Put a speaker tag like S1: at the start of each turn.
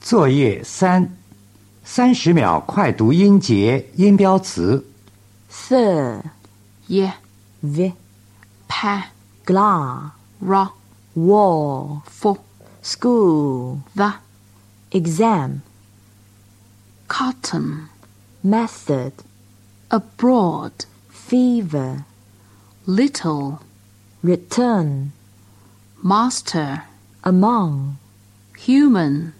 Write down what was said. S1: 作业三，三十秒快读音节、音标词。
S2: Sir,
S3: yeah,
S2: vi,
S3: pa,
S2: gla,
S3: ra,
S2: war,
S3: for,
S2: school,
S3: the,
S2: exam,
S3: cotton,
S2: method,
S3: abroad,
S2: fever,
S3: little,
S2: return,
S3: master,
S2: among,
S3: human,